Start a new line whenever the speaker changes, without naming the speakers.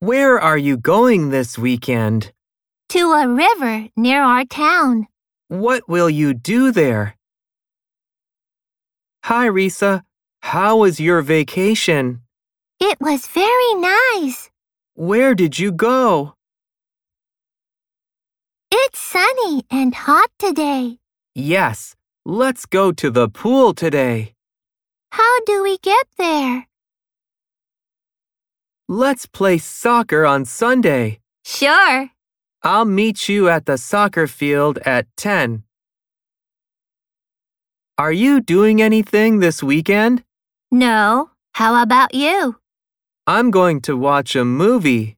Where are you going this weekend?
To a river near our town.
What will you do there? Hi, Risa. How was your vacation?
It was very nice.
Where did you go?
It's sunny and hot today.
Yes, let's go to the pool today.
How do we get there?
Let's play soccer on Sunday.
Sure.
I'll meet you at the soccer field at 10. Are you doing anything this weekend?
No. How about you?
I'm going to watch a movie.